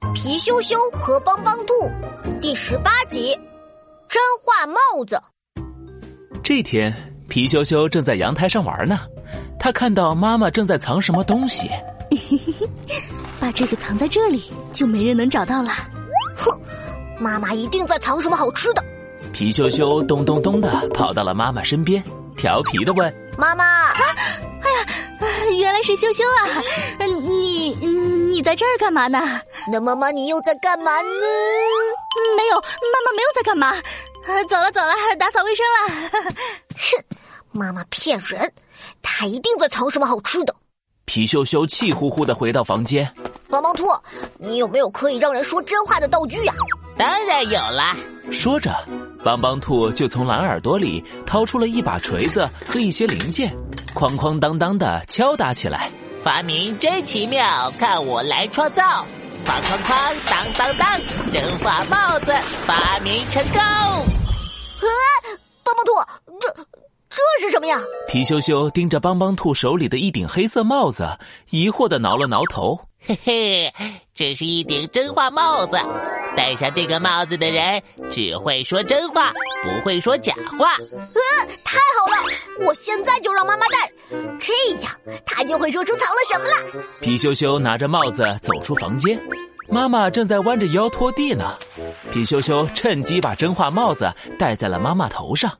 《皮羞羞和帮帮兔》第十八集，真话帽子。这天，皮羞羞正在阳台上玩呢，他看到妈妈正在藏什么东西。把这个藏在这里，就没人能找到了。 哼，妈妈一定在藏什么好吃的。皮羞羞咚咚咚的跑到了妈妈身边，调皮的问妈妈，原来是羞羞啊！嗯你嗯你在这儿干嘛呢？嗯那妈妈你又在干嘛呢？没有，妈妈没有在干嘛。啊，走了走了，打扫卫生了。 妈妈骗人，她一定在藏什么好吃的。：“皮羞羞气呼呼的回到房间。帮帮兔，你有没有可以让人说真话的道具呀、”当然有啦，”说着，帮帮兔就从蓝耳朵里掏出了一把锤子和一些零件，哐哐当当的敲打起来。发明真奇妙，看我来创造！哐哐哐，当当当，真话帽子发明成功！ 帮帮兔，这这是什么呀？皮羞羞盯着帮帮兔手里的一顶黑色帽子，疑惑的挠了挠头。嘿嘿，这是一顶真话帽子，戴上这个帽子的人只会说真话，不会说假话。太好了，我现在就让妈妈戴，这样她就会说出藏了什么了。皮羞羞拿着帽子走出房间，妈妈正在弯着腰拖地呢。皮羞羞趁机把真话帽子戴在了妈妈头上。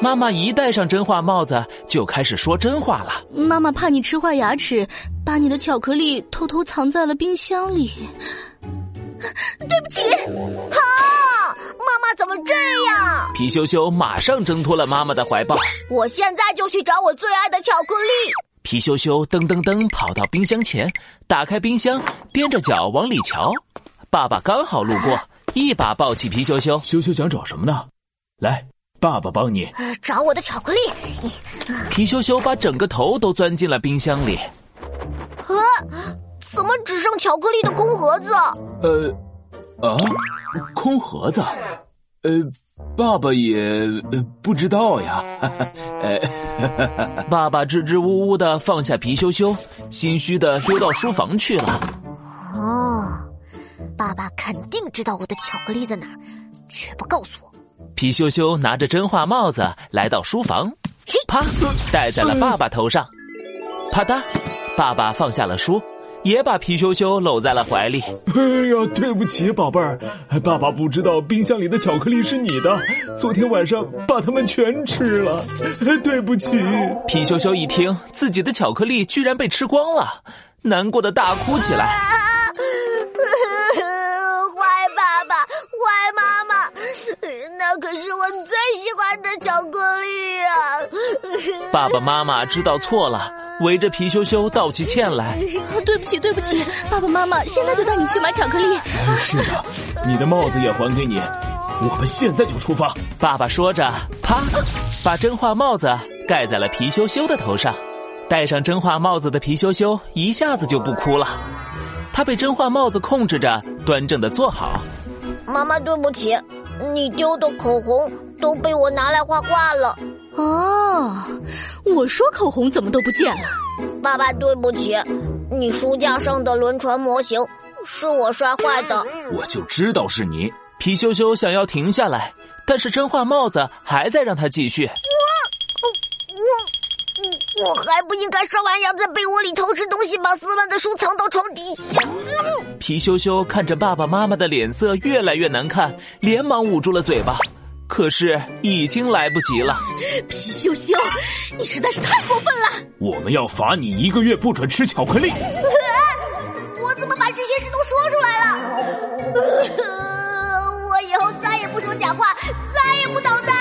妈妈一戴上真话帽子，就开始说真话了。妈妈怕你吃坏牙齿，把你的巧克力偷偷藏在了冰箱里。啊，妈妈怎么这样？皮羞羞马上挣脱了妈妈的怀抱。我现在就去找我最爱的巧克力。皮羞羞噔噔噔跑到冰箱前，打开冰箱，踮着脚往里瞧。爸爸刚好路过，一把抱起皮羞羞。羞羞想找什么呢？来，爸爸帮你。呃找我的巧克力。皮羞羞把整个头都钻进了冰箱里。啊，怎么只剩巧克力的空盒子？呃，啊，空盒子。呃，爸爸也、呃不知道呀。 呃爸爸支支吾吾的放下皮羞羞，心虚的丢到书房去了。哦，爸爸肯定知道我的巧克力在哪儿，却不告诉我。皮羞羞拿着真话帽子来到书房，啪，呃戴在了爸爸头上。啪嗒，爸爸放下了书，也把皮羞羞搂在了怀里。哎呀，对不起，宝贝儿，爸爸不知道冰箱里的巧克力是你的，昨天晚上把它们全吃了，对不起。皮羞羞一听自己的巧克力居然被吃光了，难过的大哭起来。啊，坏爸爸，坏妈妈，那可是我最喜欢的巧克力啊！爸爸妈妈知道错了，围着皮羞羞道起歉来。啊对不起，对不起，爸爸妈妈，现在就带你去买巧克力。哎是的，你的帽子也还给你，我们现在就出发。爸爸说着，啪，把真话帽子盖在了皮羞羞的头上。戴上真话帽子的皮羞羞一下子就不哭了，他被真话帽子控制着，端正的坐好。妈妈，对不起，你丢的口红都被我拿来画画了。哦，我说口红怎么都不见了？ 爸爸，对不起，你书架上的轮船模型是我摔坏的。我就知道是你。皮羞羞想要停下来，但是真话帽子还在让他继续。我还不应该刷完牙在被窝里偷吃东西，把撕烂的书藏到床底下。皮羞羞看着爸爸妈妈的脸色越来越难看，连忙捂住了嘴巴，可是已经来不及了。皮羞羞，你实在是太过分了！我们要罚你一个月不准吃巧克力。我怎么把这些事都说出来了？呃我以后再也不说假话，再也不捣蛋。